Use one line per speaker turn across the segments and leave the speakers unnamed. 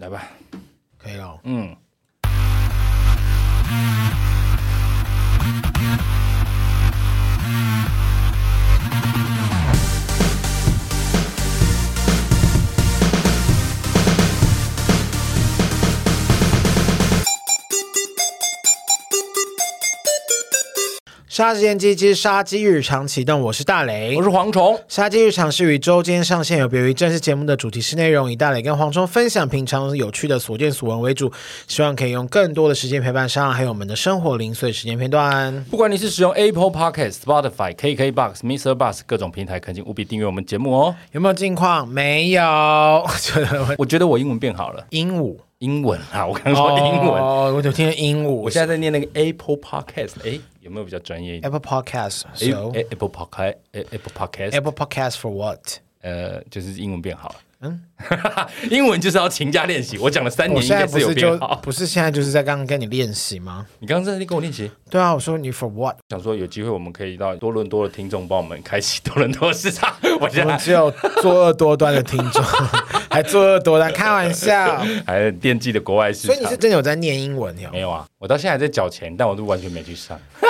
来吧，
可以哦了。
嗯，
杀时间机之杀鸡日常启动，我是大雷
我。是蝗虫，
杀鸡日常是于周间上线，有别于正式节目的主题式内容，以大磊跟黄忠分享平常有趣的所见所闻为主，希望可以用更多的时间陪伴上，还有我们的生活零碎时间片段。
不管你是使用 Apple Podcast、Spotify、KKBox、Mr. Bus 各种平台，恳请务必订阅我们节目哦。
有没有近况？没有，觉得我
我觉得我英文变好了，
鹦鹉，
英文啊， 我刚说英文，
哦，我就听鹦鹉。
我现在在念那个 Apple Podcast，哎，有没有比较专业一点
Apple Podcast，
诶
so
诶 Apple Podcast Apple Podcast，
Apple Podcast for what？
呃，就是英文变好了。嗯， 英文就是要勤加练习。我讲了三年，应该
不
有
是就
变好。
不是现在就是在刚刚跟你练习吗？
你刚刚在那跟我练习，
对啊，我说你 for what？
想说有机会我们可以到多伦多的听众帮我们开启多伦多市场。 我
我
现在
们只有作恶多端的听 众，还作恶多端，开玩笑。
还在惦记着国外市
所
场。
以你是真的有在念英文哟
没？有啊？我到现在还在缴钱，但我都完全没去上。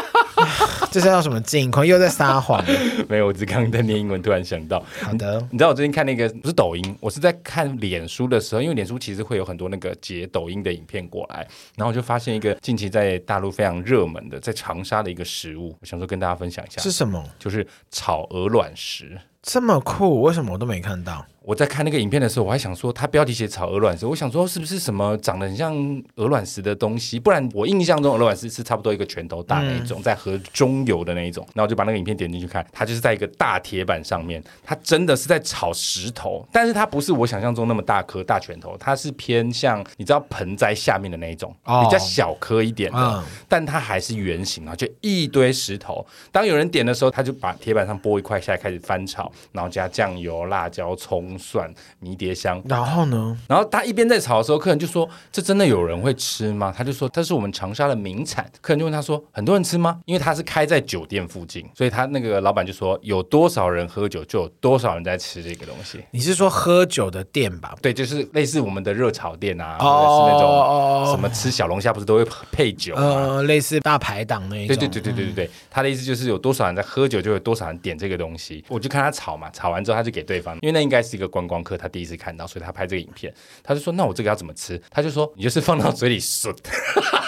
这是要什么境况？又在撒谎？
没有，我只是刚刚在念英文，突然想到。
好的，
你知道我最近看那个不是抖音，我是在看脸书的时候，因为脸书其实会有很多那个截抖音的影片过来，然后我就发现一个近期在大陆非常热门的，在长沙的一个食物，我想说跟大家分享一下，
是什么？
就是炒鹅卵石。
这么酷？为什么我都没看到？
我在看那个影片的时候，我还想说，它标题写炒鹅卵石，我想说是不是什么长得很像鹅卵石的东西？不然我印象中鹅卵石是差不多一个拳头大那一种，在河中游的那一种。然后我就把那个影片点进去看，它就是在一个大铁板上面，它真的是在炒石头，但是它不是我想象中那么大颗大拳头，它是偏向你知道盆栽下面的那一种，
哦
比较小颗一点的，
嗯
但它还是圆形啊，就一堆石头。当有人点的时候，他就把铁板上拨一块下来，开始翻炒，然后加酱油、辣椒、葱、蒜、迷迭香。
然后呢？
然后他一边在炒的时候，客人就说：“这真的有人会吃吗？”他就说：“这是我们长沙的名产。”客人就问他说：“很多人吃吗？”因为他是开在酒店附近，所以他那个老板就说：“有多少人喝酒，就有多少人在吃这个东西。”
你是说喝酒的店吧？
对，就是类似我们的热炒店啊，
哦
或者是那
哦哦
种什么吃小龙虾，不是都会配酒啊？
呃，类似大排档那一
对
种。嗯
对对对对对对，他的意思就是有多少人在喝酒，就有多少人点这个东西。我就看他炒嘛，炒完之后他就给对方，因为那应该是一个观光客，他第一次看到，所以他拍这个影片，他就说：“那我这个要怎么吃？”他就说：“你就是放到嘴里吮。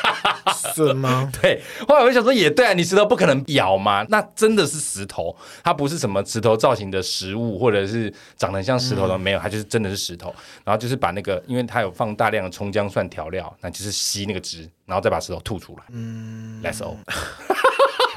是 吗”？
对，后来我就想说，也对啊，你石头不可能咬嘛， 那真的是石头，它不是什么石头造型的食物，或者是长得很像石头的，
嗯
没有，它就是真的是石头。然后就是把那个，因为它有放大量的葱姜蒜调料，那就是吸那个汁，然后再把石头吐出来。嗯，Let's all。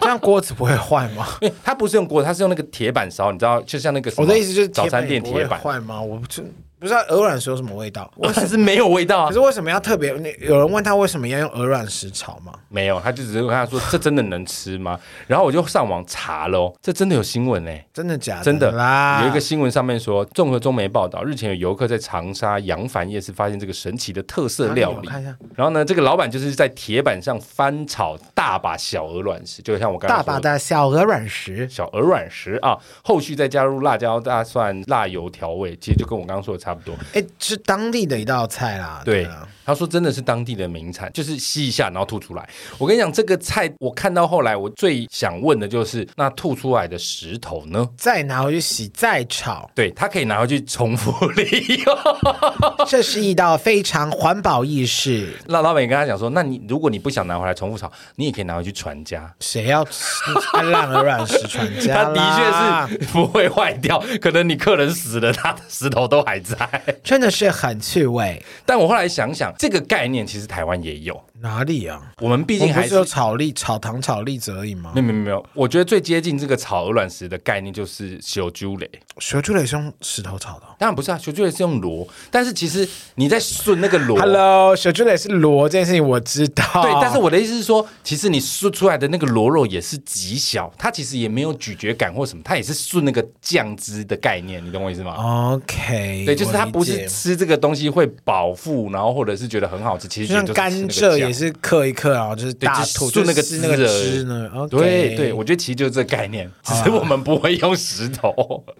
这样锅子不会坏 吗？
因为它不是用锅，它是用那个铁板烧，你知道，就像那个什么
我的意思就是
早餐店铁
铁
板
板也不，会坏吗？我不知不知道鹅卵石有什么味道。
我还是没有味道啊
可是，为什么要特别？有人问他为什么要用鹅卵石炒吗？
没有，他就只是跟他说这真的能吃吗？然后我就上网查喽，这真的有新闻嘞、欸
啊真的假的？
真的
啦，
有一个新闻上面说，综合中媒报道，日前有游客在长沙扬帆夜市发现这个神奇的特色料
哪里
理
我。看一下，
然后呢，这个老板就是在铁板上翻炒大把小鹅卵石，就像我刚刚
大
说的
把的小鹅卵石。
小鹅卵石啊，后续再加入辣椒、大蒜、辣油调味，其实就跟我刚刚说的差不多。
哎，是当地的一道菜啦。
对
啊，
他说真的是当地的名产，就是吸一下然后吐出来。我跟你讲，这个菜我看到后来，我最想问的就是，那吐出来的石头呢？
再拿回去洗再炒，
对，它可以拿回去重复利用。
这是一道非常环保意 识。
那老板也跟他讲说，那你如果你不想拿回来重复炒，你也可以拿回去传家。
谁要吃贪婪鹅卵石传家
它
啦？
的确是不会坏掉，可能你客人死了，它的石头都还在。
真的是很趣味。
但我后来想想，这个概念其实台湾也有，
哪里啊？
我们毕
我
竟
不
还
是
是
有炒栗、炒糖、炒栗子而已吗
没？有没有没有，我觉得最接近这个炒鹅卵石的概念就是小猪雷。
学出来是用石头炒的哦。
当然不是啊，小猪也是用螺，但是其实你在顺那个螺。
Hello，小猪也是螺这件事情我知道。
对，但是我的意思是说，其实你顺出来的那个螺肉也是极小，它其实也没有咀嚼感或什么，它也是顺那个酱汁的概念，你懂我意思吗？
OK，
对，就是它
哦我理
不
解
是吃这个东西会饱腹，然后或者是觉得很好吃，其实
就像甘蔗也是嗑一嗑，然后就是
对，
大吐，
就
就是
那个
吃那个
而已
汁呢。OK 啊
对对，我觉得其实就是这个概念，只是我们不会用石头。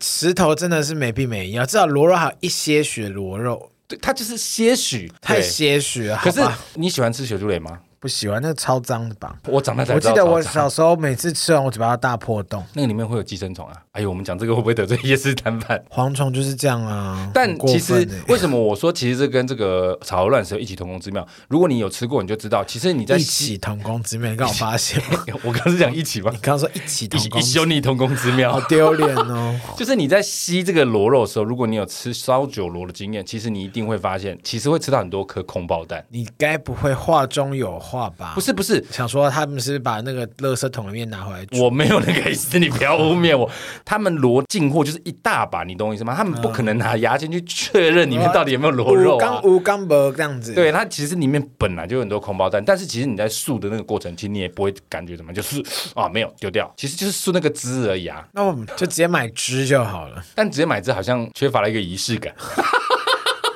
石头真的是没病没医啊，至少螺肉还有一些许螺肉。
对，它就是些许
太
对
些许了，
可是
好吧
你喜欢吃雪猪蕾吗？
不喜欢那个超脏的吧？
我长大才
我
知
记
道
得我
超
小时候每次吃完，我嘴巴要大破洞。
那个里面会有寄生虫啊！哎呦，我们讲这个会不会得罪夜市摊贩？
蝗虫就是这样啊，
但
很过
其实
分欸
为什么我说其实这跟这个炒鹅卵石有异曲同工之妙？如果你有吃过，你就知道，其实你在
一
吸，
起同工之妙，你刚好发现吗？
我刚是讲一起吗
你？刚刚说一起同
一
工
一
之，
修你同工之妙
好，丢脸 哦！
就是你在吸这个螺肉的时候，如果你有吃烧酒螺的经验，其实你一定会发现，其实会吃到很多颗空包蛋。
你该不会话中有话吧？
不是不是，
想说他们是把那个垃圾桶里面拿回来煮，
我没有那个意思，你不要污蔑 我。他们螺进货就是一大把，你懂我意思吗？他们不可能拿牙签去确认里面到底有没有 螺肉
五
啊
嗯呃刚。五刚不这样子，
对，它其实里面本来就有很多空包蛋，但是其实你在漱的那个过程，其实你也不会感觉怎么样，就是啊没有丢掉，其实就是漱那个汁而已啊。
那我们就直接买汁就好了。
但直接买汁好像缺乏了一个仪式感。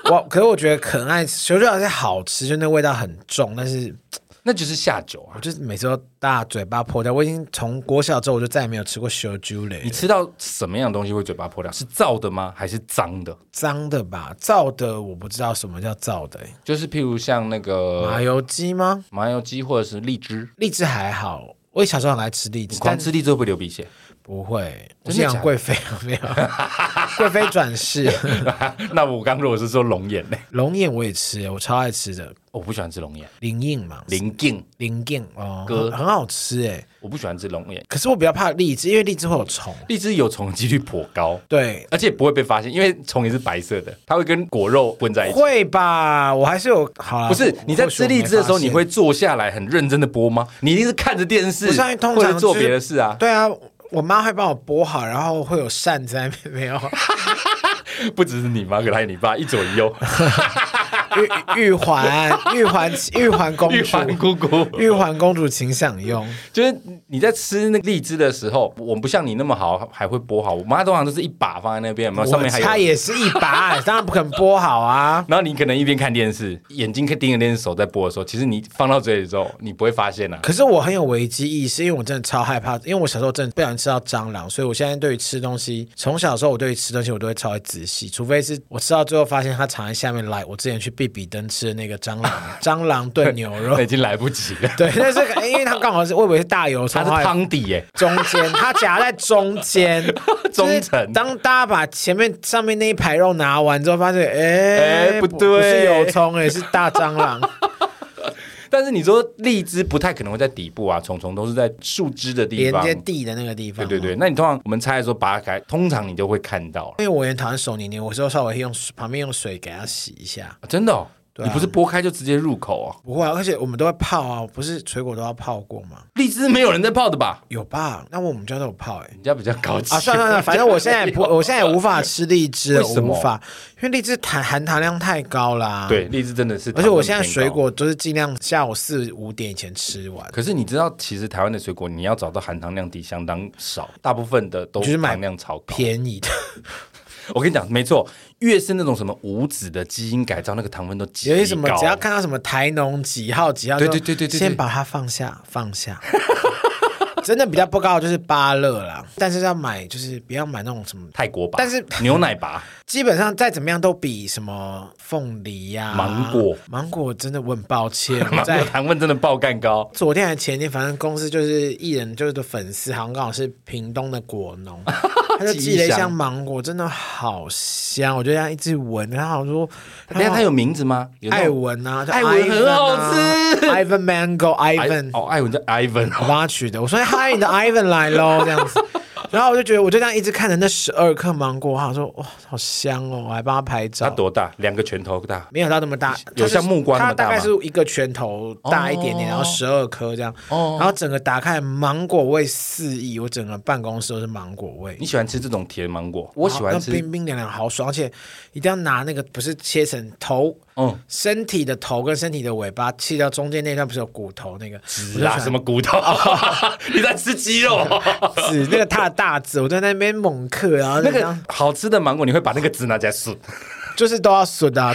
我可是我觉得可爱手脚是好吃，就那味道很重，但是
那就是下酒啊
我！就是每次都大嘴巴破掉。我已经从国小之后我就再也没有吃过修猪嘞
你，吃到什么样的东西会嘴巴破掉？是燥的吗？还是脏的？
脏的吧？燥的我不知道什么叫燥的、欸，
就是譬如像那
麻
个
油鸡吗？
麻油鸡或者是荔枝，
荔枝还好，我小时候很爱吃荔枝
你，狂
但
吃荔枝会不会流鼻血？
不会，我
真的
是
假的
杨贵妃，没有 贵妃转世。
那我刚如果是说龙眼呢？
龙眼我也吃，我超爱吃的，
我不喜欢吃龙眼，
灵应嘛，
鳞茎，
灵应哦，
哥
很很好吃哎。
我不喜欢吃龙眼。
可是我比较怕荔枝，因为荔枝会有虫。
荔枝有虫的几率颇高，
对，
而且不会被发现，因为虫也是白色的，它会跟果肉混在一起。
会吧？我还是有好啦
不是
我
你在
或许
吃
我没
荔枝的时候，
发现
你会坐下来很认真的剥吗？你一定是看着电视，
不是啊通常
或者做
就是
别的事啊，
对啊，我妈会帮我剥好，然后会有扇子在那边，没有
不只是你妈，可能还有你爸，一左一 右，
玉玉环、 玉环、玉环公
玉
主
环、姑姑。
玉环公主，请享用。
就是你在吃那个荔枝的时候，我们不像你那么好，还会剥好。我妈通常都是一把放在那边，有没有？哦上面还
我她
有。
也是一把，当然不肯剥好啊。
然后你可能一边看电视，眼睛盯着电视，手在剥的时候，其实你放到嘴里之后，你不会发现 啊。
可是我很有危机意识，因为我真的超害怕，因为我小时候真的不小心吃到蟑螂，所以我现在对于吃东西，从小的时候我对于吃东西我都会超级仔细，除非是我吃到最后发现它藏在下面来，我之前去必比登吃的那个蟑螂蟑螂炖牛 肉
那，已经来不及了，
对，啊那是因为它刚好是我以为是大油葱，
它是
后来
汤底耶、
中间，它夹在 中间，
中
就是
层
当大家把前面上面那一排肉拿完之后，发现，哎、
哎
不
不
不是
对
油葱、哎，是大蟑螂。
但是你说荔枝不太可能会在底部啊，虫虫都是在树枝的 地
连
方。
接啊地的那个地方。
对对对，。那你通常我们拆的时候拔开，通常你就会看到了。
因为我也讨厌手黏黏，我就稍微用水旁边用水给它洗一下。
啊真的、哦，
对啊
你不是剥开就直接入口哦？
不会、啊，而且我们都会泡啊，不是水果都要泡过吗？
荔枝没有人在泡的吧？
有吧？那我们家都有泡哎、
人家比较高级
啊，算了算了，反正我现在也不，我现在也无法吃荔枝了，
为什么
我无法，因为荔枝含含糖量太高啦。
对，，荔枝真的是。
而且我现在水，果都是尽量下午四五点以前吃完，
可是你知道，其实台湾的水果你要找到含糖量低相当少，大部分的都
就是买
糖量超高。
便宜的。
我跟你讲，没错，越是那种什么无籽的基因改造，那个糖分都极
有些什么
高
只要看到什么台农几号几号，
对
就
对对对对对
先把它放下放下。 真的比较不高的就是芭乐啦，但是要买就是不要买那种什么，
泰国吧，
但是
牛奶吧，
基本上再怎么样都比什么凤梨呀、
芒果，
芒果真的我很抱歉， 我
芒果
在
糖分真的爆干高。
昨天还前天，反正公司就是艺人就是的粉丝，好像刚好是屏东的果 农，他就寄了一箱芒果，真的好香，我就这样一直闻，然后好像说，
等一下它有名字吗？有那
艾
种
文啊，
艾文很好吃
，Ivan Mango
艾
Ivan，
哦，艾文叫 Ivan
我
哦。
帮他取的，我说嗨，你的 Ivan 来 喽，这样子。然后我就觉得，我就这样一直看着那十二颗芒果，我好像说哇，好香哦，我还帮他拍
它
照。
多大？两个拳头大。
没有到那么大，
有
它是
像木瓜那
它
么大
大概
吗
是一个拳头大一点点，
哦
然后十二颗这样，
哦
然后整个打开芒果味四溢，我整个办公室都是芒果味
你。喜欢吃这种甜芒果？啊我喜欢
然后
吃。
啊冰冰凉凉，好爽，而且一定要拿那个不是切成头，
嗯，
身体的头跟身体的尾巴切掉中间那段，不是有骨头那个？我就
啦，
喜欢
啊什么骨头？ 你在吃鸡肉？
籽那个大大籽，我在那边猛嗑，然后
那
那
个
个
好吃的芒果，你会把那个籽拿起来吮？
就是都要吮的啊、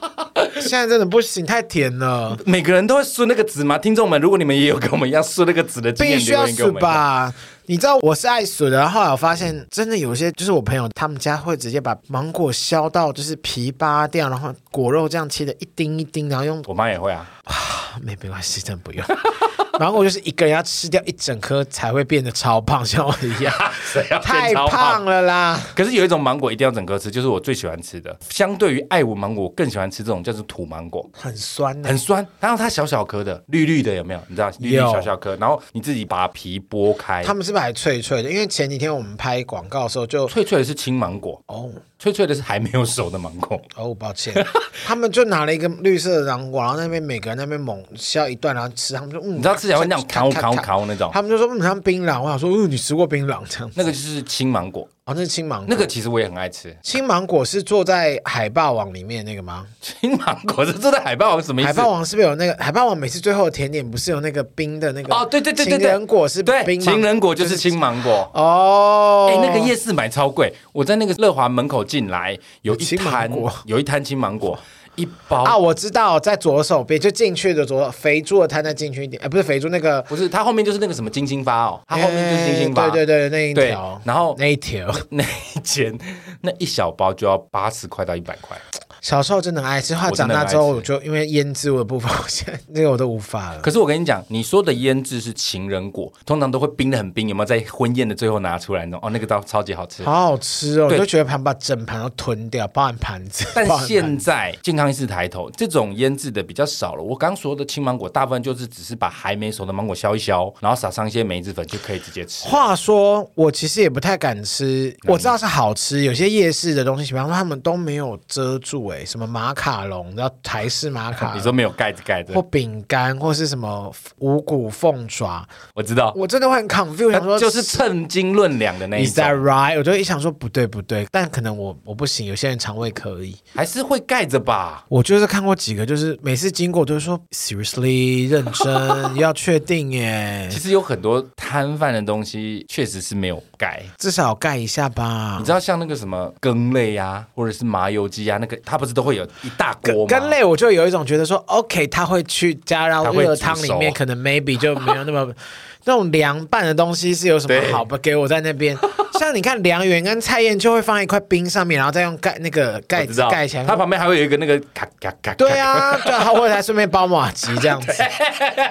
现在真的不行，太甜了，
每个人都会输那个值吗？听众们，如果你们也有跟我们一样输那个值的经验，
必须要
留言给我
死
们？
吧。你知道我是爱死的，然后后来我发现，真的有些就是我朋友他们家会直接把芒果削到就是皮扒掉，然后果肉这样切的一丁一丁，然后用
我妈也会啊，
没没关系，真的不用。芒果就是一个人要吃掉一整颗才会变得超胖，像我一样，
谁要
太
变超
胖了啦。
可是有一种芒果一定要整颗吃，就是我最喜欢吃的。相对于爱文芒果，我更喜欢吃这种叫做土芒果，
很酸呢、
很酸，然后它小小颗的，绿绿的，有没有？你知道绿绿
有
小小颗，然后你自己把皮剥开
他，们是不是还脆脆的？因为前几天我们拍广告的时候就
脆脆的是青芒果，
哦
脆脆的是还没有熟的芒果。
哦，抱 歉，他们就拿了一个绿色的芒果，然后那边每个人那边猛削一段，然后吃，他们就嗯，
你知道吃起来会那种烤烤烤那种，
他们就说嗯，像槟榔，我想说，嗯，你吃过槟榔这样？
那个就是青芒果，
哦，那是青芒果，
那个其实我也很爱吃。
青芒果是坐在海霸王里面那个吗？
青芒果是这在海霸王什么意
海
思
霸？王是不是有那个海霸王？每次最后的甜点不是有那个冰的那个？
哦，对对对对对，
情人果是
对，
冰吗
情人果就是青芒果。
哦。
哎、那个夜市买超贵，我在那个乐华门口进来，有一
青
摊
芒果
有一摊青芒果，一包、
啊，我知道，在左手边就进去的左肥猪的摊再进去一点，哎、不是肥猪那个，
不是它后面就是那个什么金星发哦，它后面就是金星发，
哎对对对，那一
对
条，
然后
那一条。
那一间那一小包就要八十块到一百块，
小时候真的很爱吃，后来
我
长
真的很
大
爱
之后，
吃
我就因为腌制我的部分，我现 在那个我都无法了。
可是我跟你讲，你说的腌制是情人果，通常都会冰的很冰，有没有在婚宴的最后拿出来那种？哦，那个倒超级好吃。
好好吃哦，我
对
就觉得盘把整盘都吞掉，包含盘子。
但
包含盘
现在健康意识抬头，这种腌制的比较少了。我刚说的青芒果，大部分就是只是把还没熟的芒果削一削，然后撒上一些梅子粉就可以直接吃。
话说，我其实也不太敢吃，我知道是好吃，有些夜市的东西，比方说他们都没有遮住、哎，什么马卡龙，然后台式马卡
你
龙。
说没有盖子盖的，
或饼干，或是什么五谷凤爪，
我知道，
我真的会很 confused，想说
就是称斤论两的那一
Is that
种，
right？我就一想说不对不对，但可能我我不行，有些人肠胃可以。
还是会盖着吧？
我就是看过几个，就是每次经过我都会说 seriously 认 真要确定欸耶
其，实有很多摊贩的东西确实是没有盖。
至少盖一下吧
你。知道像那个什么羹类啊，或者是麻油鸡啊，那个它不是都会有一大锅吗？
跟类我就有一种觉得说，OK，他会去加到
他会
热
煮
汤里面，
熟
可能 maybe 就没有 那么那种凉拌的东西是有什么
对
好不给我在那边？ 像你看梁园跟蔡燕就会放一块冰上面，然后再用盖那个盖
我知
子
道
盖起来。
它旁边还会有一个那个咔咔咔。
对啊，对啊，或者还顺便包马吉 这样子，
啊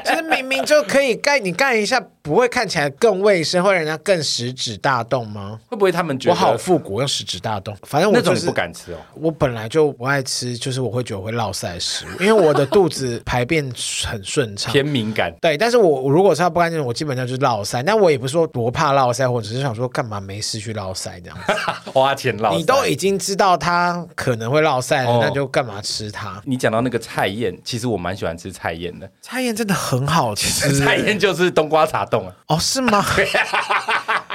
其实明明就可以盖，你盖一下不会看起来更卫生，会让人家更食指大动吗？
会不会他们觉
我
得
好复古，用食指大动，反正我
那种
就
你
是
不敢吃哦？
我本来就不爱吃，就是我会觉得我会落塞食物，因为我的肚子排便很顺 畅。
偏敏感。
对，但是我我如果是要不干净，我基本上就是落塞。但我也不是说多怕落塞，我只是想说干嘛没事去 落塞这样子。
花钱老
你都已经知道它可能会落塞了，
哦
那就干嘛吃它？
你讲到那个菜宴，其实我蛮喜欢吃菜宴的。
菜燕真的很好吃、欸
菜宴就是冬瓜茶冻啊，
哦，是 吗？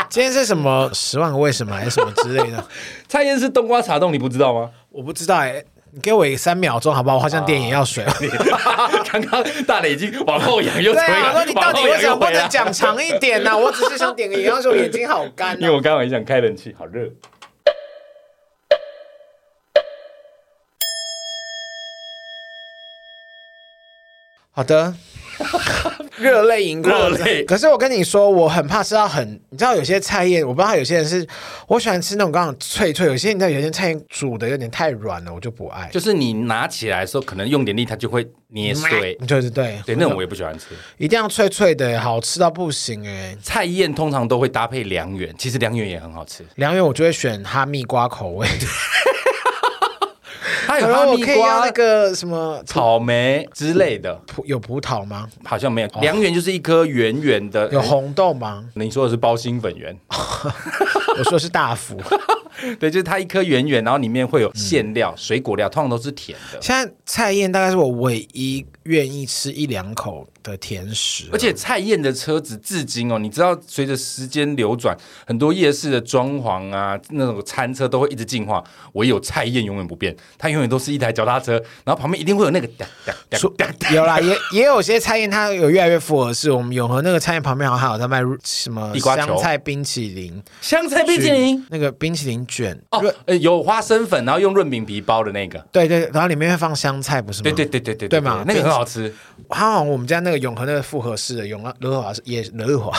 今天是什么十万个为什么还是什么之类的？
菜宴是冬瓜茶冻，你不知道吗？
我不知道哎、啊你给我三秒钟好不好？我好像点眼药 水。
刚刚大磊已经往后仰又
对
推
啊，我
了，
说你到底为什么不能
讲？
讲长一点呢、 我只是想点个眼药水，我眼睛好干、啊
因为我刚刚很想开冷气，好热。
好的， 热泪盈眶。
热泪
可是我跟你说，我很怕吃到很，你知道有些菜叶，我不知道有些人是，我喜欢吃那种刚刚脆脆，有些你知道有些菜叶煮的有点太软了，我就不爱。
就是你拿起来的时候，可能用点力，它就会捏碎。
嗯对对对，
对，那种我也不喜欢吃。
一定要脆脆的，好吃到不行哎。
菜宴通常都会搭配凉圆，其实凉圆也很好吃。
梁远我就会选哈密瓜口味，
它有
然后
哈
我
密
可以要
瓜
那、个什么
草莓之类的，
葡有葡萄吗？
好像没有。凉圆就是一颗圆圆的，
哦有红豆吗？
你说的是包心粉圆，
我说是大福。
对，就是它一颗圆圆，然后里面会有馅料、水果料，通常都是甜的。
现在菜宴大概是我唯一愿意吃一两口的甜食，
而且蔡燕的车子至今哦，你知道，随着时间流转，很多夜市的装潢啊，那种餐车都会一直进化。唯有蔡燕永远不变，它永远都是一台脚踏车，然后旁边一定会有那个哒哒哒
说
哒哒
有啦，也也有些菜宴它有越来越复合式。我们永和那个菜宴旁边好像还有在卖什么
地瓜球哎
香菜冰淇淋，
香菜冰淇淋。
那个冰淇淋卷，
哦，呃有花生粉，然后用润饼皮包的那个，
对对，然后里面会放香菜，不是吗？
对对对对对
对嘛
那个很好吃。
还好我们家那个永和那个复合式的永和乐华夜 乐华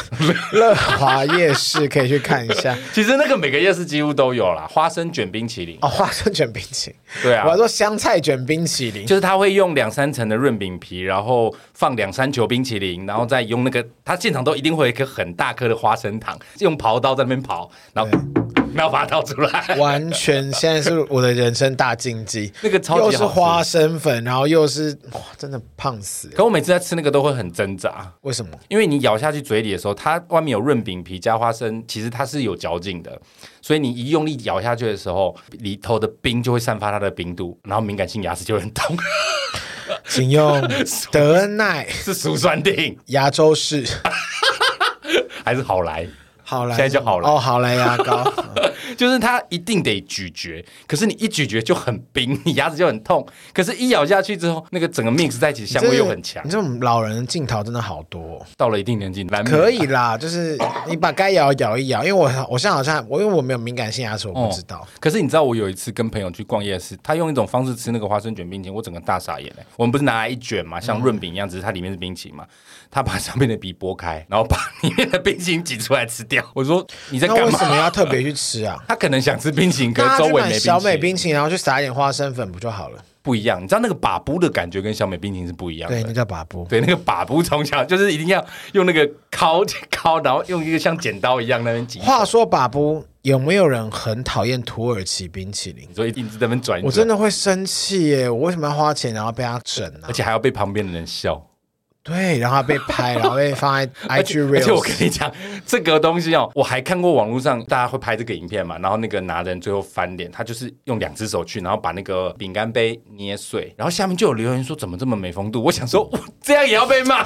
乐华夜市可以去看一下。
其实那个每个夜市几乎都有啦，花生卷冰淇淋，
哦，花生卷冰淇淋，
对啊
我还说香菜卷冰淇淋，
就是他会用两三层的润饼皮，然后放两三球冰淇淋，然后再用那个他现场都一定会有一颗很大颗的花生糖，用刨刀在那边刨，然后 然后把它倒出来。
完全现在是我的人生大禁忌。
那个 超级好
又
吃
是花生粉，然后又是哇，真的胖死了。
可我每次在吃那个都会很挣扎，
为什么？
因为你咬下去嘴里的时候，它外面有润饼皮加花生，其实它是有嚼劲的，所以你一用力咬下去的时候，里头的冰就会散发它的冰度，然后敏感性牙齿就会很痛，
请用德恩奈
是乳酸定
牙周式
还是好来？
好来，
现在就好了
哦，好来牙膏。
就是它一定得咀嚼，可是你一咀嚼就很冰，你牙齿就很痛，可是一咬下去之后，那个整个 mix 在一 起，香味又很强
你。这种老人镜头真的好多哦、
到了一定年纪，难免
可以啦，就是你把该咬的咬一咬，因为我我现在好像我因为我没有敏感性牙齿，我不知道。
可是你知道，我有一次跟朋友去逛夜市，他用一种方式吃那个花生卷冰淇淋，我整个大傻眼嘞、我们不是拿来一卷
嗯
嘛，像润饼一样，只是它里面是冰淇淋嘛。他把上面的皮剥开，然后把里面的冰淇淋挤出来吃掉。我说你在
那
干
为什
嘛？？
么要特别去吃啊
他可能想吃冰淇 淋，可
那
是
他
周
去
围
买
没
小
冰淇
美
淋，
冰淇淋，然后去撒一点花生粉不就好了？
不一样。你知道那个把布的感觉跟小美冰淇淋是不一样的。
对，那叫把布。
对，那个把布从小就是一定要用那个敲 敲，然后用一个像剪刀一样那边挤。
话说把布有没有人很讨厌土耳其冰淇淋？
你说一定在那边转，
我真
的，
的会生气耶！我为什么要花钱然后被他整啊
而？且还要被旁边的人笑。
对，然后他被拍，然后被放在 IG
而且我
reels。
跟你讲，这个东西哦，我还看过网络上大家会拍这个影片嘛，然后那个拿人最后翻脸，他就是用两只手去，然后把那个饼干杯捏碎，然后下面就有留言说怎么这么没风度。我想说，我这样也要被骂？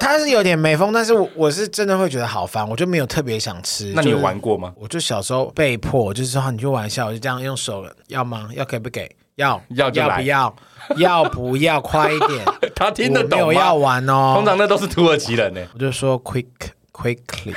他是有点美风，但是我我是真的会觉得好烦，我就没有特别想 吃。
那你有
就是
玩过吗？
我就小时候被迫，就是说你去玩一下，我就这样用手，要吗？要给不给？要
要就来
不要？要不要？快一点！
他 听得
我没有
懂
要
吗？
玩哦。
通常那都是土耳其人呢、
我就说 quick quickly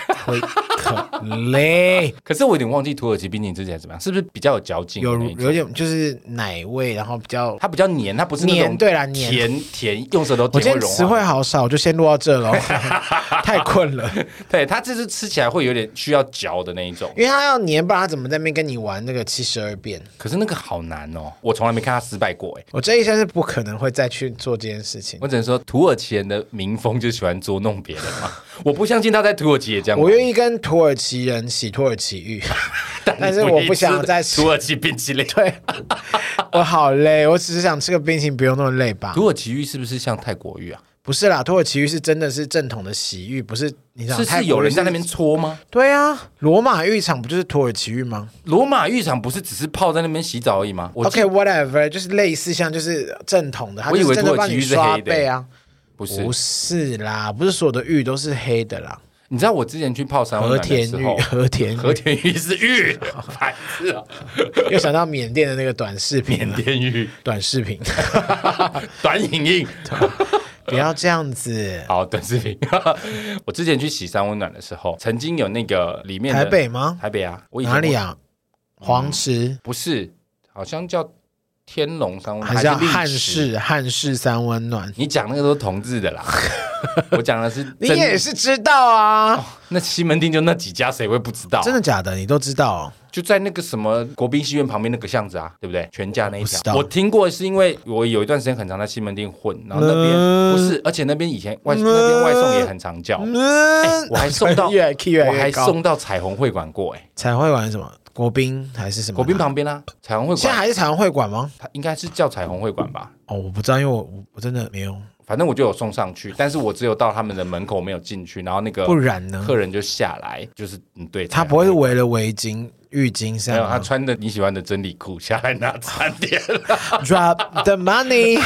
quickly，
可是我有点忘记土耳其冰淇淋吃起来怎么样，是不是比较有嚼劲的
有
那一种？
有点就是奶味，然后比较。
它比较黏，它不是那种
黏对啦黏
甜甜用舌头
我今
甜会
天
融
词汇
化。
好少，我就先录到这了， 太困了。
对，它这是吃起来会有点需要嚼的那一种。
因为他要黏，不然他怎么在那边跟你玩那个七十二变？
可是那个好难哦，我从来没看它失败过哎。
我这一生是不可能会再去做这件事情。
我只能说，土耳其人的民风就喜欢捉弄别人嘛。我不相信他在土耳其也这样玩。
我愿意跟土耳其人洗土耳其 浴，但是
你
我
一
不想
吃
再 吃
土。耳其冰淇淋。
对，我好累，我只是想吃个冰淇淋，不用那么累吧？
土耳其浴是不是像泰国浴啊？
不是啦，土耳其浴是真的是正统的洗浴，不是你想
是
泰
是
国
有人
浴
在那边搓吗？
对啊，罗马浴场不就是土耳其浴吗
罗马浴场不是只是泡在那边洗澡而已吗？我记
？OK，whatever，、就是类似像就是正统的，它
我以
就是
为
真的
土耳
帮
其
你
浴是
刷
黑的
背啊。
不是
不，是啦，不是所有的浴都是黑的啦。
你知道我之前去泡三温
和
暖的
田
时
浴
候，，
和田
和
浴，
田浴是浴， 白痴啊！
又想到缅甸的那个短视频啊
缅
了，
甸浴，
短视频，
短影音。
不要这样子。
好，短视频。 我之前去喜山温暖的时候，曾经有那个里面的
台北吗？
台北啊，我以前嗯
哪里
啊？
啊？黄池、
不是，好像叫天龙山温暖，
还是叫
历史
汉？室？汉室三温暖，
你讲那个都是同志的 啦，我讲的是
你
真
也是知道啊？
那西门町就那几家，谁会不知道？啊
真的假的？你都知道哦？
就在那个什么国宾戏院旁边那个巷子啊，对不对？全家那一
我不知
条，
道
我听过，是因为我有一段时间很常在西门町混，然后那边、
嗯
不是，而且那边以前外、那边外送也很常叫，
嗯，
哎我还送到
越来 key 越来
我
越
还
高
送到彩虹会馆过、哎，
彩绘馆是什么？国宾还是什么？
国宾，旁边啊，彩虹会
现在
馆，
还是彩绘馆吗？
它应该是叫彩虹会馆吧？
哦，我不知道，因为我我我真的没有。
反正我就有送上去，但是我只有到他们的门口没有进去，然后那个
不然呢？
客人就下来，就是嗯，对
他不会是啊
彩虹
围了围巾、浴巾
没
上
有他
吗
穿的你喜欢的真理裤下来拿餐 点，
？Drop the money，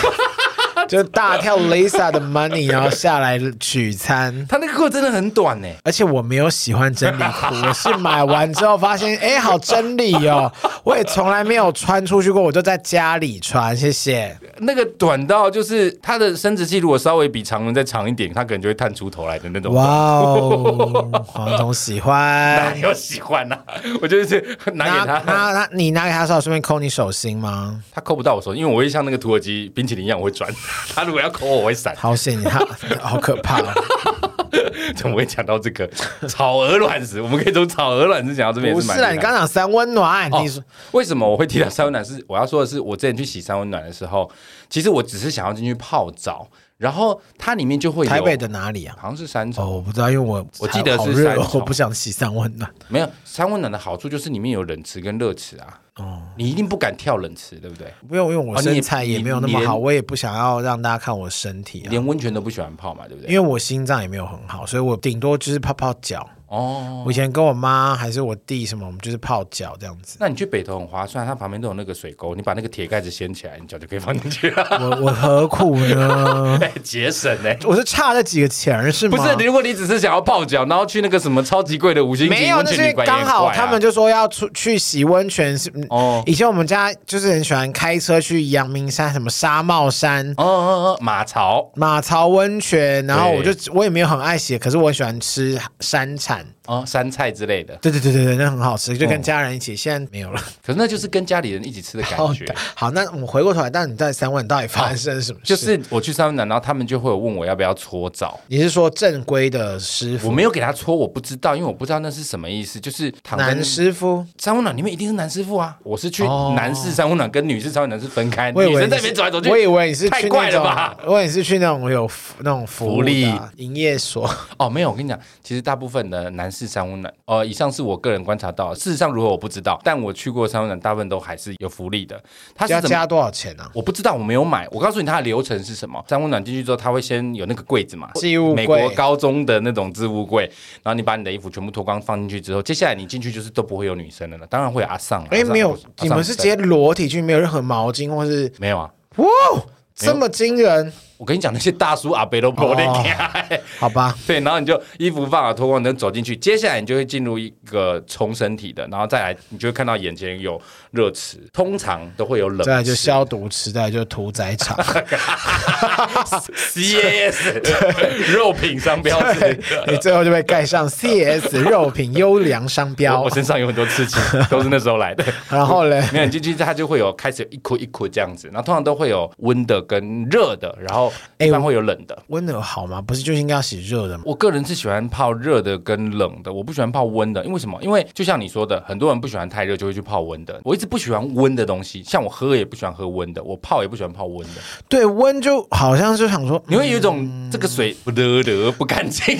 就大跳 Lisa 的 money，然后下来取餐。
他那个克真的很短呢、
而且我没有喜欢真理裤，我是买完之后发现，哎、好真理哦！我也从来没有穿出去过，我就在家里穿。谢谢。
那个短到就是它的生殖器如果稍微比常人再长一点，它可能就会探出头来的那种。
哇哦，黄总喜
哪
欢。
有喜欢呐、 我就是拿
拿
给他，
拿拿，你拿给他的时候，顺便抠你手心吗？
他抠不到我手，因为我会像那个土耳其冰淇淋一样，我会转。 他如果要抠我，我会闪。
好险，他好可怕、哦！
怎么会讲到这个炒鹅卵石？我们可以从炒鹅卵石讲到这边
不
也是蛮
是
厉害的。
啦，你刚讲三温暖，
哦
你说
为什么我会提到三温暖是？我要说的是，我之前去洗三温暖的时候，其实我只是想要进去泡澡，然后它里面就会有
台北的哪里啊？
好像是三重，
哦，我不知道，因为我
我记得
好
是
热
三
哦，
重
我不想洗三温暖。
没有三温暖的好处就是里面有冷池跟热池啊。哦，你一定不敢跳冷池，对不对？
不用，因为我
哦你也
身材也没有那
你
么
你
好，我也不想要让大家看我身体啊，
连温泉都不喜欢泡嘛，对不
因
对？
为我心脏也没有很好，所以我顶多就是泡泡脚。
哦，
我以前跟我妈还是我弟什么，我们就是泡脚这样子。
那你去北投很划算，它旁边都有那个水沟，你把那个铁盖子掀起来，你脚就可以放进去 了，
我我何苦呢？
哎节省呢、
我是差了几个钱儿是吗？
不是，如果你只是想要泡脚，然后去那个什么超级贵的五星级
没有，
温
那
泉
是
旅馆也很
刚
怪啊，
好他们就说要出去洗温泉是。
哦
哦，以前我们家就是很喜欢开车去阳明山，什么沙帽山、
哦哦哦，马槽
马槽温泉，然后我
对
就我也没有很爱洗，可是我很喜欢吃山产。
哦，山菜之类的。
对对对对对，那很好吃，就
嗯
跟家人一起。现在没有了。
可是那就是跟家里人一起吃的感觉。
好，那我们回过头来，但你在三万到底发生了什么事？
就是我去三温暖，然后他们就会有问我要不要搓澡，
你是说正规的师
我
傅，
没有给他搓，我不知道，因为我不知道那是什么意思。就是躺在
男师傅？
三温暖里面一定是男师傅啊，我是去
哦
男士三温暖跟女士三温暖是分开，
我以
女
为
生
你
在那
是
边走来走去，
我以为你是
太
去
怪了
那种
吧？
我以为你是去那种有服那种服务的啊
福利
营业所。
哦，没有，我跟你讲，其实大部分的男士三温暖，呃，以上是我个人观察到的，事实上如何我不知道，但我去过三温暖，大部分都还是有福利的。它是
要
怎么？
加多少钱啊？
我不知道，我没有买。我告诉你，它的流程是什么？三温暖进去之后，它会先有那个柜子嘛，
置物柜
美国高中的那种置物柜，然后你把你的衣服全部脱光放进去之后，接下来你进去就是都不会有女生了呢，当然会有阿尚啦，
哎，
阿尚
没
阿
有
尚，
你们是直接裸体去，没有任何毛巾或是
没有啊？
哇，这么惊人？
我跟你讲，那些大叔阿伯都不得啊
哦好吧，
对，然后你就衣服放好脱光，你就走进去。接下来你就会进入一个冲身体的，然后再来你就会看到眼前有热池，通常都会有冷
再来就
池
消毒池，再来就屠 宰场。
CAS 肉品商标志。
你最后就被盖上 CS 肉品优良商
我
标
我。身上有很多刺青，都是那时候来的。
然后嘞，
没有你进去，它就会有开始有一颗一颗这样子，然后通常都会有温的跟热的，然后一般会有冷的。
温柔好吗？不是就应该要洗热的吗？
我个人是喜欢泡热的跟冷的，我不喜欢泡温的，因为什么？因为就像你说的，很多人不喜欢太热，就会去泡温的。我一直不喜欢温的东西，像我喝也不喜欢喝温的，我泡也不喜欢泡温的。
对，温就好像就想说，
你会有一种、这个水不得得不干 净，
嗯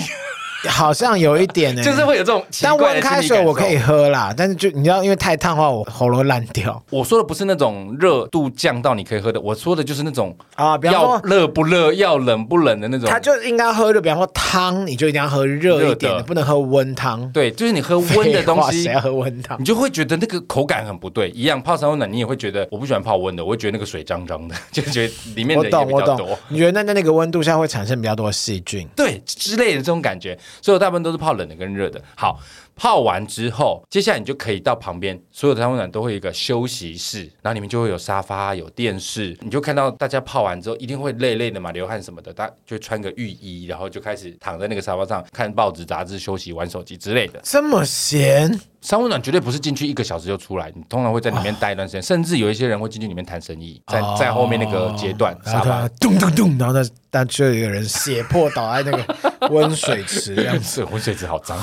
好像有一点呢、
就是。会有这种奇
但
怪的
温
心理
开
感
水
受
我可以。喝啦，但是就你知道，因为太烫的话，我喉咙烂掉
我说的不是那种热度降到你可以喝的，我说的就是那种
啊。比方
要
说，
热不热、要冷不冷的那种。
它就应该喝热，比方说汤，你就一定要喝热一点
热
的，
的
不能喝温汤。
对，就是你喝温的东
废话
西
谁，要喝温汤
你？就会觉得那个口感很不对。一样泡三温暖，你也会觉得我不喜欢泡温的，我会觉得那个水脏脏的， 就觉得里面
我
的也
懂，
比
我
较多
懂。。你觉得那在那个温度下会产生比较多细菌？
对之类的这种感觉，所以我大部分都是泡冷的跟热的。好，泡完之后，接下来你就可以到旁边，所有的三温暖都会有一个休息室，然后里面就会有沙发、有电视，你就看到大家泡完之后一定会累累的嘛，流汗什么的，大家就穿个浴衣，然后就开始躺在那个沙发上看报纸、杂志、休息、玩手机之类的。
这么咸？
三温暖绝对不是进去一个小时就出来，你通常会在里面待一段时间，甚至有一些人会进去里面谈生意，在
哦
在后面那个阶段
然
沙
后
发
他。咚咚咚，然后他但就有一个人血破倒在那个温水池这样子。
是浑水池好脏，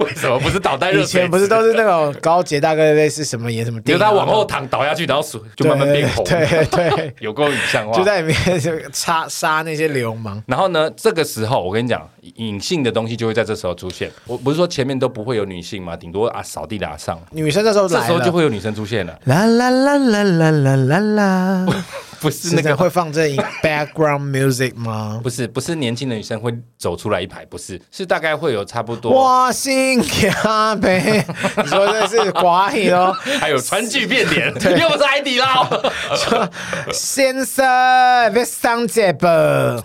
为什么不是 倒在热
以
水池？
前不是都是那种高洁大哥类似什么演什么电
留
影，
他往后躺倒下去，然后水就慢慢变红，
对对对，
有够影像化
就。在里面就杀杀那些流氓。
然后呢，这个时候我跟你讲，隐性的东西就会在这时候出现。我不是说前面都不会有女性嘛，顶多啊扫地的阿上，
女生这时候
这
来
时候
了，
就会有女生出现了，
啦啦啦啦啦啦啦啦，
不 是
是
那
那
个。
个会放这音 background music 吗？
不是不是年轻的女生会走出来一排，不是是大概会有差不多
我心咖啡，你说这是寡 语哦，
还有川剧变 脸，又不是海底捞。
说先生别上节目。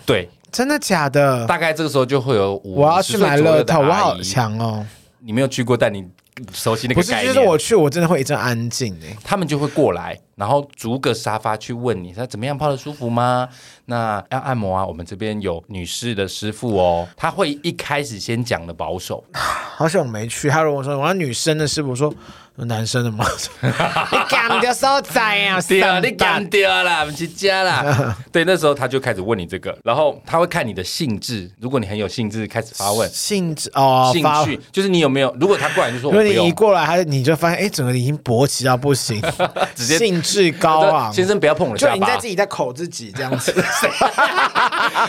对，
真的假的？
大概这个时候就会有五
我要去买乐透，我好
强！
强哦！
你没有去过，但你熟悉那
不
个
是
概，念。
就是我去，我真的会一阵安静哎、
他们就会过来，然后逐个沙发去问你，他怎么样泡的舒服吗？那要按摩啊，我们这边有女士的师傅哦，他会一开始先讲的保守，
好想我没去。他如果说我要女生的师傅说有男生的 吗？你敢的时候在啊呀，
你 干掉啦，我们去家啦。对，那时候他就开始问你这个，然后他会看你的兴致，如果你很有兴致，开始发问。
性质哦，
兴
发
趣就是你有没有？如果他过来就说
如
我不
果你一
用，
过来，他你就发现，哎，整个已经勃起到不 行，
直接
兴致高 昂。
先生不要碰我的
就
下
你
巴
在，自己在口自己这样子，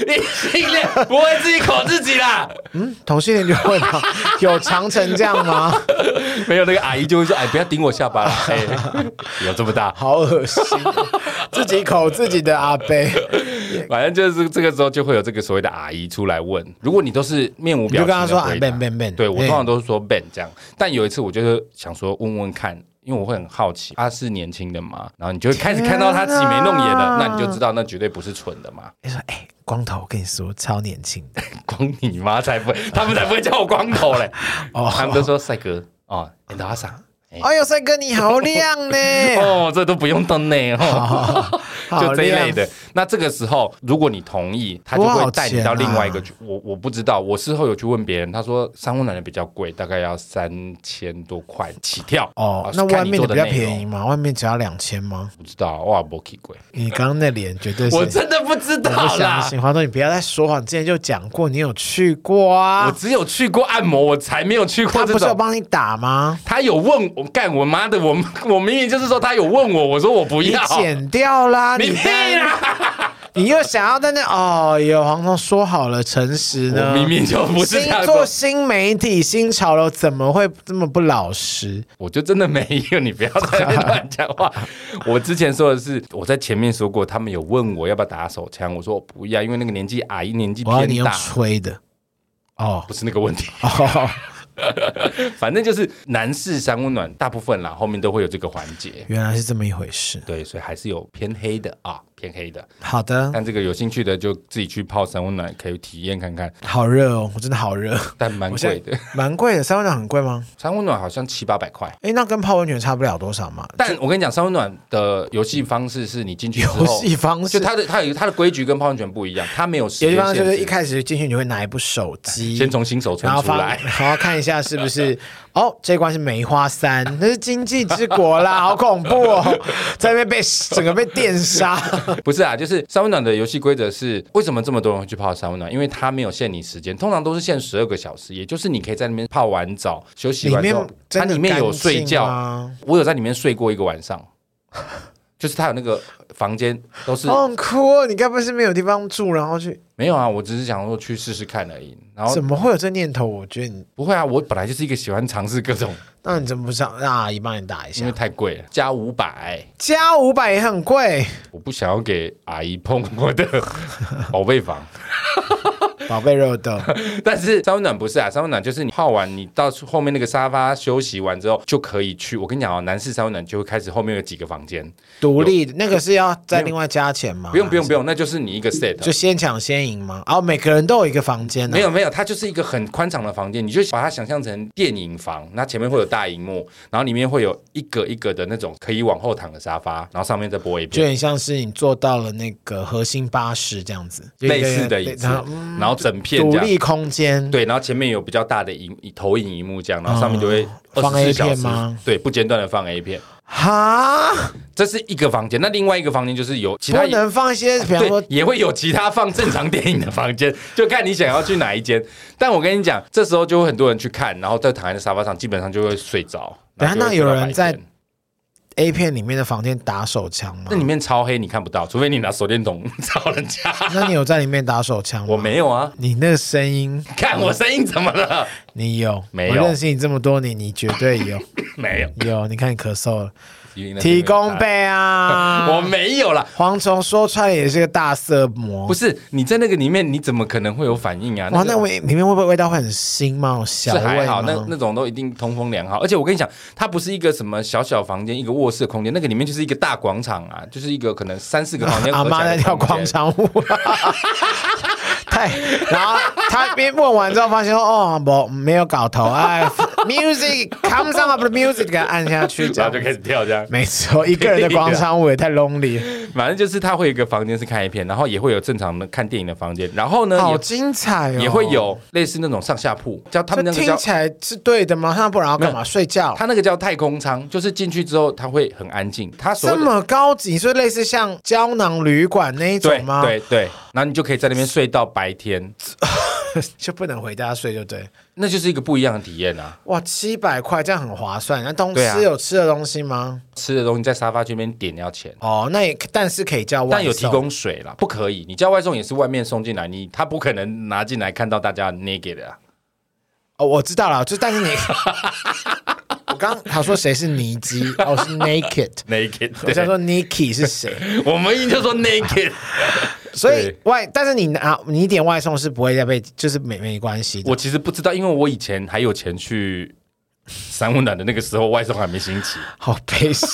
你你不会自己口自己啦。
嗯， 同性恋就会 吗？有长成这样吗？
没有那个阿姨就会说：“哎，不要顶我下 巴了，哎，有这么大。”
好恶 心，自己口自己的阿贝，
反正就是这个时候就会有这个所谓的阿姨出来问，如果你都是面无
你
表情
就跟
的
他
回
说
答，
啊，ben ben ben，
对我通常都是说 Ben 这样，但有一次我就是想说问问看，因为我会很好奇，他是年轻的嘛，然后你就会开始看到他挤眉弄眼
天啊
的，那你就知道那绝对不是蠢的嘛，
你说哎，光头，我跟你说超年轻的，
光你妈才不会，他们才不会叫我光头嘞，
哦
他们都说帅哥哦，你的阿傻，哎
哎呦，帅哥你好亮呢，
哦，这都不用登呢， 哦， 就
好
这一类
亮，
的。那这个时候，如果你同意，他就会带你到另外一个
多
区。我我不知道，我事后有去问别人，他说三温暖的比较贵，大概要三千多块起跳。
哦
啊，
那外面的比较便，
看你做内
宜
容
嘛，外面只要两千吗？
不知道哇，没去过，
你刚刚那脸绝对是，
我真的不知
我
道
不相
啦。
信。华东，你不要再说谎，之前就讲过，你有去过
我
啊？
只有去过按摩，我才没有去过
他
这
不是有
种。
帮你打吗？
他有问我干我妈的，我我明明就是说他有问我，我说我不
你
要，
剪掉啦，
你
你
屁啦！
你又想要在那哦，有黄总说好了诚实
我
呢，
明明就不是这
新
样
做
说，
新媒体新潮流，怎么会这么不老实？
我就真的没有，你不要在那边乱讲话。 我之前说的是，我在前面说过，他们有问我要不要打手枪，我说我不要，因为那个年纪阿姨年纪
我要你
偏
用
大，
吹的哦
不是那个 问题。
哦，
反正就是男士三温暖，大部分啦，后面都会有这个环节。
原来是这么一回事。
对，所以还是有偏黑的啊，偏黑的。
好的，
但这个有兴趣的就自己去泡三温暖，可以体验看看，
好热哦，我真的好热，
但蛮
我现在
贵的。
蛮贵的，三温暖很贵吗？
三温暖好像七八百块。
哎，那跟泡温泉差不了多少嘛。
但我跟你讲，三温暖的游戏方式是你进去之后，
游戏方
就
式，
它的它有它的规矩跟泡温泉不一样，它没有时
游
间
戏方式就是
限制
一开始进去你会拿一部手机，
先从新手村
然后
出
发，
来。
然后看一下是不是 哦，这关是梅花三，那是经济之国 啦，好恐怖哦，在那边被整个被电杀。
不是啊，就是三温暖的游戏规则是为什么这么多人会去泡三温暖？因为它没有限你时间，通常都是限十二个小时，也就是你可以在那边泡完澡、休息
里
完之后哦
面，
它
真的
里面有睡
干净
觉，
啊吗？
我有在里面睡过一个晚上， 就是它有那个房间都是
好酷哦！你该不会是没有地方住，然后去？
没有啊，我只是想说去试试看而已。然后
怎么会有这念头？我觉得你，
不会啊，我本来就是一个喜欢尝试各种，
那你怎么不上让阿姨帮你打一
因
下
为？太贵了，加五百，
加五百也 很贵，
我不想要给阿姨碰我的宝贝房。
宝贝肉豆。
但是三温暖不是啊，三温暖就是你泡完，你到后面那个沙发休息完之后就可以去。我跟你讲哦，男士三温暖就会开始后面有几个房间，
独立的那个是要再另外加钱吗？
不用不用不用，那啊就是你一个
就
set。
先抢先赢吗？哦，每个人都有一个房间啊呢、
没有没有，它就是一个很宽敞的房间，你就把它想象成电影房，那前面会有大荧幕，然后里面会有一个一个的那种可以往后躺的沙发，然后上面再播一
就
遍
很像是你做到了那个核心八十这样子，就一个
类似的椅子，
然后嗯
然后整片
独
这样。
立空间，
对，然后前面有比较大的荧投影荧幕这样，然后上面就会
嗯放
二十
A
四小
片
时
吗，
对，不间断的放 A 片。
哈，
这是一个房间，那另外一个房间就是有其他
不能放一些，比方说
对，也会有其他放正常电影的房间，就看你想要去哪一间。但我跟你讲，这时候就会很多人去看，然后再躺在沙发上，基本上就会睡着。
等下
然后就会
那有
睡到
人
白
在
天
A 片里面的房间打手枪吗
那？里面超黑，你看不到，除非你拿手电筒 照人家。
那你有在里面打手枪吗？
我。没有啊，
你那个声音，
看我声音怎么了？
你有？
没有
我认识你这么多年，你绝对有。
没有，
有，你看你咳嗽了，
因为那边
提
有
供
大
杯 啊！
我没有啦。
蝗虫说穿了也是个大色魔。
不是你在那个里面，你怎么可能会有反应啊？
哦哇，
个
那味里面会不会味道会很腥吗？有小
是
味
还好，
吗？
那那种都一定通风良好。而且我跟你讲，它不是一个什么小小房间，一个卧室的空间，那个里面就是一个大广场啊，就是一个可能三四个房间合
阿
起来的空间。
妈在跳广场舞，太，然后他边问完之后发现说哦不没有搞头 哎，music comes on up the music 给他按下去，这
然
样
后就开始跳这样。
没错，一个人的广场舞也太 lonely，了
反正就是他会有一个房间是看 A 片，然后也会有正常的看电影的房间，然后呢
好
也
精彩哦，
也会。有类似那种上下铺，叫他们
这
那个
听
叫
起来是对的吗？那不然要干嘛？睡觉？
他那个叫太空舱，就是进去之后他会很安静，他所
这
谓的
么高级，是类似像胶囊旅馆那一
对
种吗？，
对对，然后你就可以在那边睡到白天，
就不能回家睡，就对。
那就是一个不一样的体验啊！
哇，七百块这样很划算。那东
对啊
吃有吃的东西吗？
吃的东西在沙发这边点要钱。
哦，那也但是可以叫外
但有提
送
供水啦，不可以。你叫外送也是外面送进来，你他不可能拿进来看到大家 naked 的、啊。
哦，我知道了，就但是你， 我刚他说谁是尼基，哦是 naked，
naked，
我
对
想说 Niki 是谁，
我们一就说 naked，
所以
对
外，但是你拿你点外送是不会再被，就是没没关系的。
我其实不知道，因为我以前还有钱去三温暖的那个时候，外送还没兴起。
好 悲伤，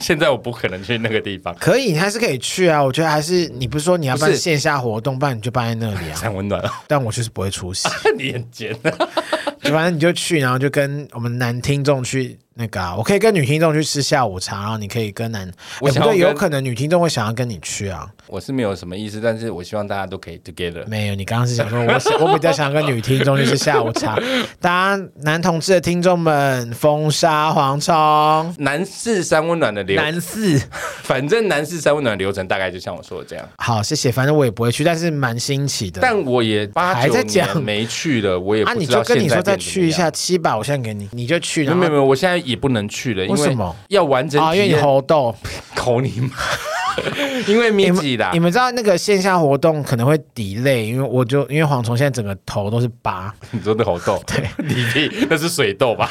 现在我不可能去那个地方。
可以，你还是可以去啊。我觉得还是你不是说你要
不
办
是
线下活动，不然你就办在那里啊。
三温暖了，
但我就是不会出席，
你很贱。啊
就反正你就去，然后就跟我们男听众去那个、啊，我可以跟女听众去吃下午茶，然后你可以跟男，
我
哎
想
不对，
要跟
有可能女听众会想要跟你去啊。
我是没有什么意思，但是我希望大家都可以 together。
没有，你刚刚是想说我想，我比较想跟女听众就是下午 茶。大家男同志的听众们，风沙蝗虫，
男士三温暖的流，
男四。
反正男士三温暖的流程大概就像我说的这样。
好，谢谢。反正我也不会去，但是蛮新奇的。
但我也八
还
九
在
年
讲
没去了，我也
啊，
不
你
知
就
道
跟
现
你
在
说
变
再
怎么
去一
样
下七百，我现在给你，你就去。
没
然
有
后
没有没有，我现在也不能去了，因
为什么
要完整
啊，因为
体
你
验
猴痘，
口你妈， 因为
你
面积啦
们你。们知道那个线下活动可能会抵累，因为我就因为蝗虫现在整个头都是疤，
你说的猴 痘，对， 你屁，那是水痘吧？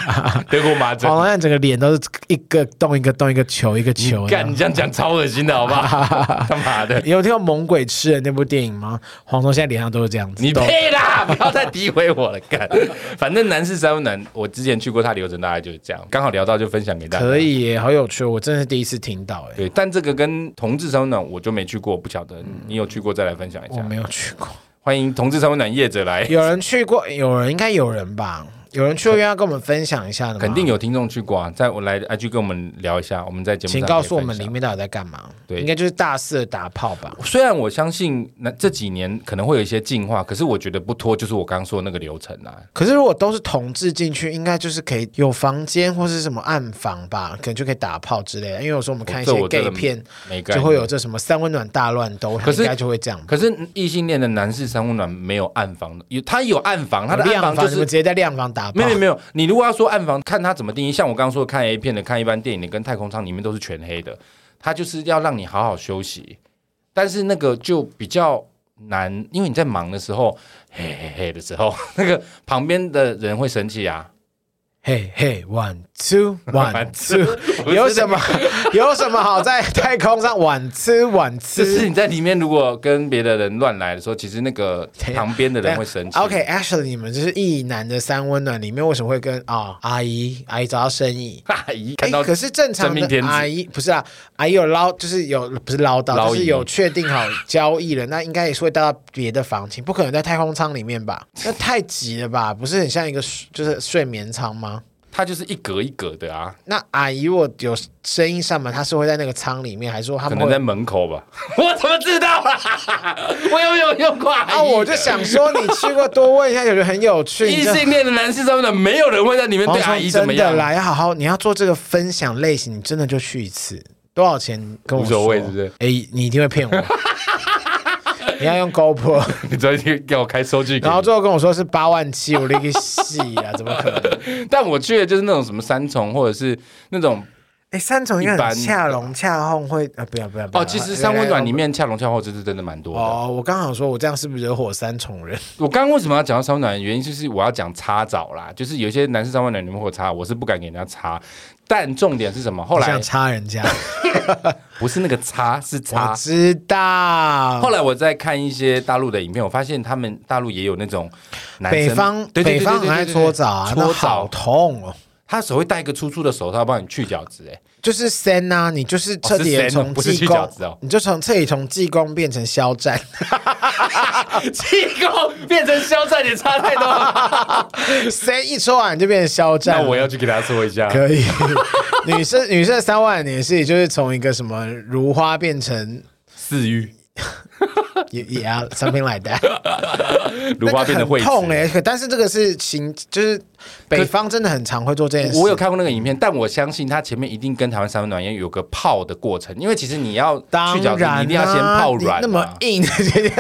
德国麻疹
蝗，虫现在整个脸都是一个洞一个洞一个球一个球的。
干，你这样讲超恶心的好不 好？他妈的，
有听过《猛鬼吃人》那部电影吗？蝗虫现在脸上都是这样子。
你
痘
配啦！不要再诋毁我了，干。反正男士三温暖，我之前去过，它流程大概就是这样。刚好聊到就分享给大家。
可以耶，好有趣，我真的是第一次听到哎，
对，但这个跟同志三温暖我就没去过，不晓得你有去过再来分享一
我
下。
没有去过。
欢迎同志三温暖业者来，
有人去过，有人应该有人吧？有人去过，要跟我们分享一下的吗？
肯定。有听众去过啊。再我来 IG 跟我们聊一下，我们在节目上
请告诉我
可以
们
分享
里面到底在干嘛？
对
应该就是大肆的打炮吧。
虽然我相信那这几年可能会有一些进化，可是我觉得不拖就是我刚刚说的那个流程啊。
可是如果都是同志进去，应该就是可以有房间或是什么暗房吧，可能就可以打炮之类的。因为有时候我们看一
这
些
我真
gay
的
片，
每个
就会有。这什么三温暖大乱斗，
可是
应该就会这样吧。
可是异性恋的男士三温暖没有暗房的，有他有暗房，他的
亮
暗
房
房就
你们
是。
直接在亮房打炮
没有没有，你如果要说暗房，看他怎么定义。像我刚刚说的看 A 片的、看一般电影的，跟太空舱里面都是全黑的，他就是要让你好好休息。但是那个就比较难，因为你在忙的时候，嘿嘿嘿的时候，那个旁边的人会生气啊。
嘿嘿，one two one two，
two
有什么有什么好 在太空上 one two one
只是
two？
你在里面如果跟别的人乱来的时候，其实那个
对啊
旁边的人会生气。
OK，actually，、你们就是一男的三温暖里面为什么会跟啊、阿姨阿姨找到生意？
阿姨
哎
看到，
可是正
真
常
命
的
天子
阿姨不是啊，阿姨有捞，就是有不是唠叨，
捞
就是
姨
有确定好交易了，那应该也是会带到别的房间，不可能在太空舱里面 吧？那太挤了吧？不是很像一个睡就是睡眠舱吗？
他就是一格一格的啊，
那阿姨如果有生意上门，她是会在那个舱里面，还是说他
可
们
能
会
在门口吧。 我怎么知道啊？ 我有没有用过阿姨？
啊，我就想说，你去过多问一下，有人很有趣。
异
你知道
性恋的男士上面的，没有人会在里面对
黄
阿
虫
姨怎么
真的
样，
啦，要好好，你要做这个分享类型，你真的就去一次，多少钱跟我
无所谓
说
是不是？
哎、你一定会 骗我。你要用 GoPro，
你昨天给我开收据给
然后
你。
最后跟我说是八万七，我那个戏啊，怎么可 能？
但我去的就是那种什么三重，或者是那种
哎、三重应该
一般
很恰龙恰哄会啊，不要不要不要
哦，其实三温暖里面恰龙恰后就是真的蛮多的。
哦，我刚好说我这样是不是惹火三重人？
我刚刚为什么要讲到三温暖？原因就是我要讲擦澡啦，就是有些男士三温暖你们会有擦，我是不敢给人家擦。但重点是什 么？后
你
来
想插 人家，
不是那个擦，是擦
我。知道。
后来我在看一些大陆的影片，我发现他们大陆也有那种男生
北方
对对对
北方
对对
很爱
对对
搓澡啊，那
搓
好
澡，
痛哦。
他手会戴一个粗粗的手套帮你去角质、哎，
就是森啊，你就是彻底
哦是森哦
地从
不是
济
去
公，
饺子哦
你就从彻底从济公变成肖战，
气功变成肖战也差太多 了。
谁一说完就变成肖战
那
了？
我要去给他说一下，
可以。 女生女生的三万年是，也就是从一个什么如花变成
四欲
也也 要 something like that，
如花变成惠子
那个很痛哎、可但是这个是情，就是北方真的很常会做这件事。
我有看过那个影片，但我相信它前面一定跟台湾三温暖一样有个泡的过程，因为其实你要
当
去角质，
然、啊，
你一定要先泡软、
你那么硬的 这件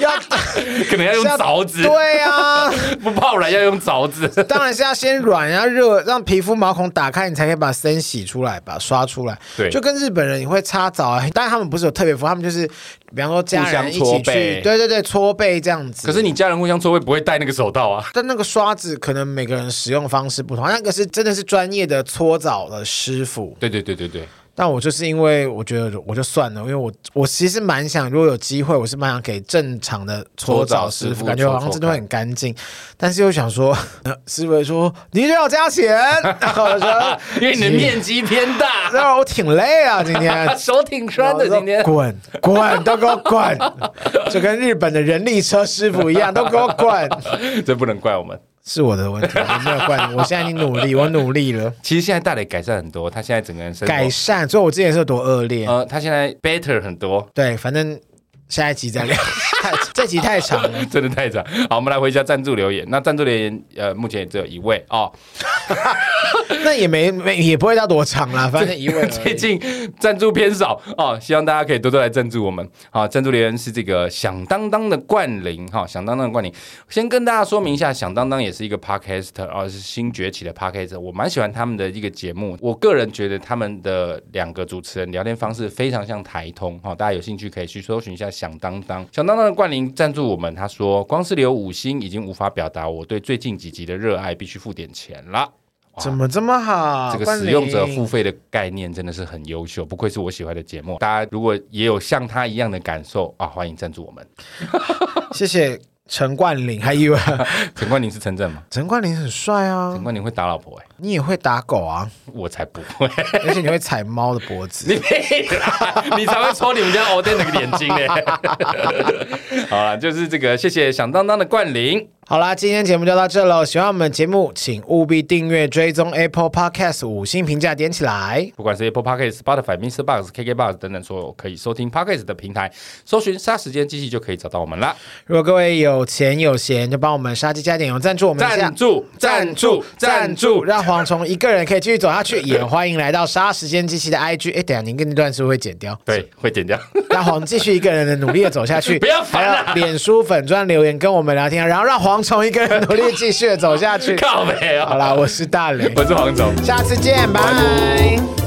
要
可能要用凿子，
对啊，
不泡软要用凿 子。
当然是要先软，然后热，让皮肤毛孔打开，你才可以把身洗出来，把它刷出来。
对
就跟日本人你会擦澡啊，但他们不是有特别服，他们就是比方说家人一
互
起
相搓
去，
背
对对对，搓背这样子。
可是你家人互相搓会不会戴那个手套啊？
但那个刷子可能每个人使用方式不同，那个是真的是专业的搓澡的师傅。
对对对对对，
但我就是因为我觉得我就算了，因为我我其实蛮想，如果有机会，我是蛮想给正常的搓澡师
搓澡师
傅，
傅
感觉好像真的会很干净。但是又想说， 呃师傅会说你一定要加 钱，然后我就说
啊因为你的面积偏大，
然后我挺累啊，今天
他。手挺酸的
然后
今天
说。滚滚都给我滚， 就跟日本的人力车师傅一样，都给我滚，
这不能怪我们。
是我的问题，我没有怪你，我现在已经努力，我努力 了，
其实现在大磊改善很多，他现在整个人生活
改善。所以我之前是有多恶劣，
呃，他现在 better 很多，
对，反正下一集再聊，太这集太长了。
真的太惨。好，我们来回一下赞助留言。那赞助留言呃，目前也只有一位哦。
那也没没也不会到多长啦，反正一问而 已
最近赞助偏少哦，希望大家可以多多来赞助我们。好、赞助留言是这个响当当的冠霖哈、响当当的冠霖。先跟大家说明一下，响当当也是一个 podcaster 哦，是新崛起的 podcaster。我蛮喜欢他们的一个节目，我个人觉得他们的两个主持人聊天方式非常像台通哈、大家有兴趣可以去搜寻一下响当当。响当当的冠霖赞助我们，他说光是留五星已经无法表达我对最近几集的热爱，必须付点钱了。
怎么这么好？
这个
冠
使用者付
霖
费的概念真的是很优秀，不愧是我喜欢的节目。大家如果也有像他一样的感受啊，欢迎赞助我 们。
谢谢陈冠霖，还以为
陈冠霖是陈正吗？
陈冠霖很帅啊
陈，冠霖会打老婆哎、
你也会打 狗啊，
我才不会，
而且你会踩猫的脖子。
你屁啦，你才会戳你们家欧登那个眼睛欸嘞。 好了，就是这个，谢谢响当当的冠霖。
好啦，今天节目就到这喽。喜欢我们的节目，请务必订阅、追踪 Apple Podcast 五星评价点起来。
不管是 Apple Podcast、Spotify、Mr. Box、KK Box 等等所有可以收听 Podcast 的平台，搜寻“杀时间机器”就可以找到我们啦。
如果各位有钱有闲，就帮我们杀鸡加点油，赞助我们一下
赞。助，赞助，赞助，
让蝗虫一个人可以继续走下去，也欢迎来到杀时间机器的 IG。哎，等一下您跟那段是不是会剪掉？
对，会剪 掉。
让蝗继续一个人的努力的走下 去，
不要烦啊
还有脸书粉砖留言跟我们聊天，然后让蝗虫一个人努力地继续的走下去
。靠没有。哦
好啦，我是大雷，
我是黄总。
下次见，拜拜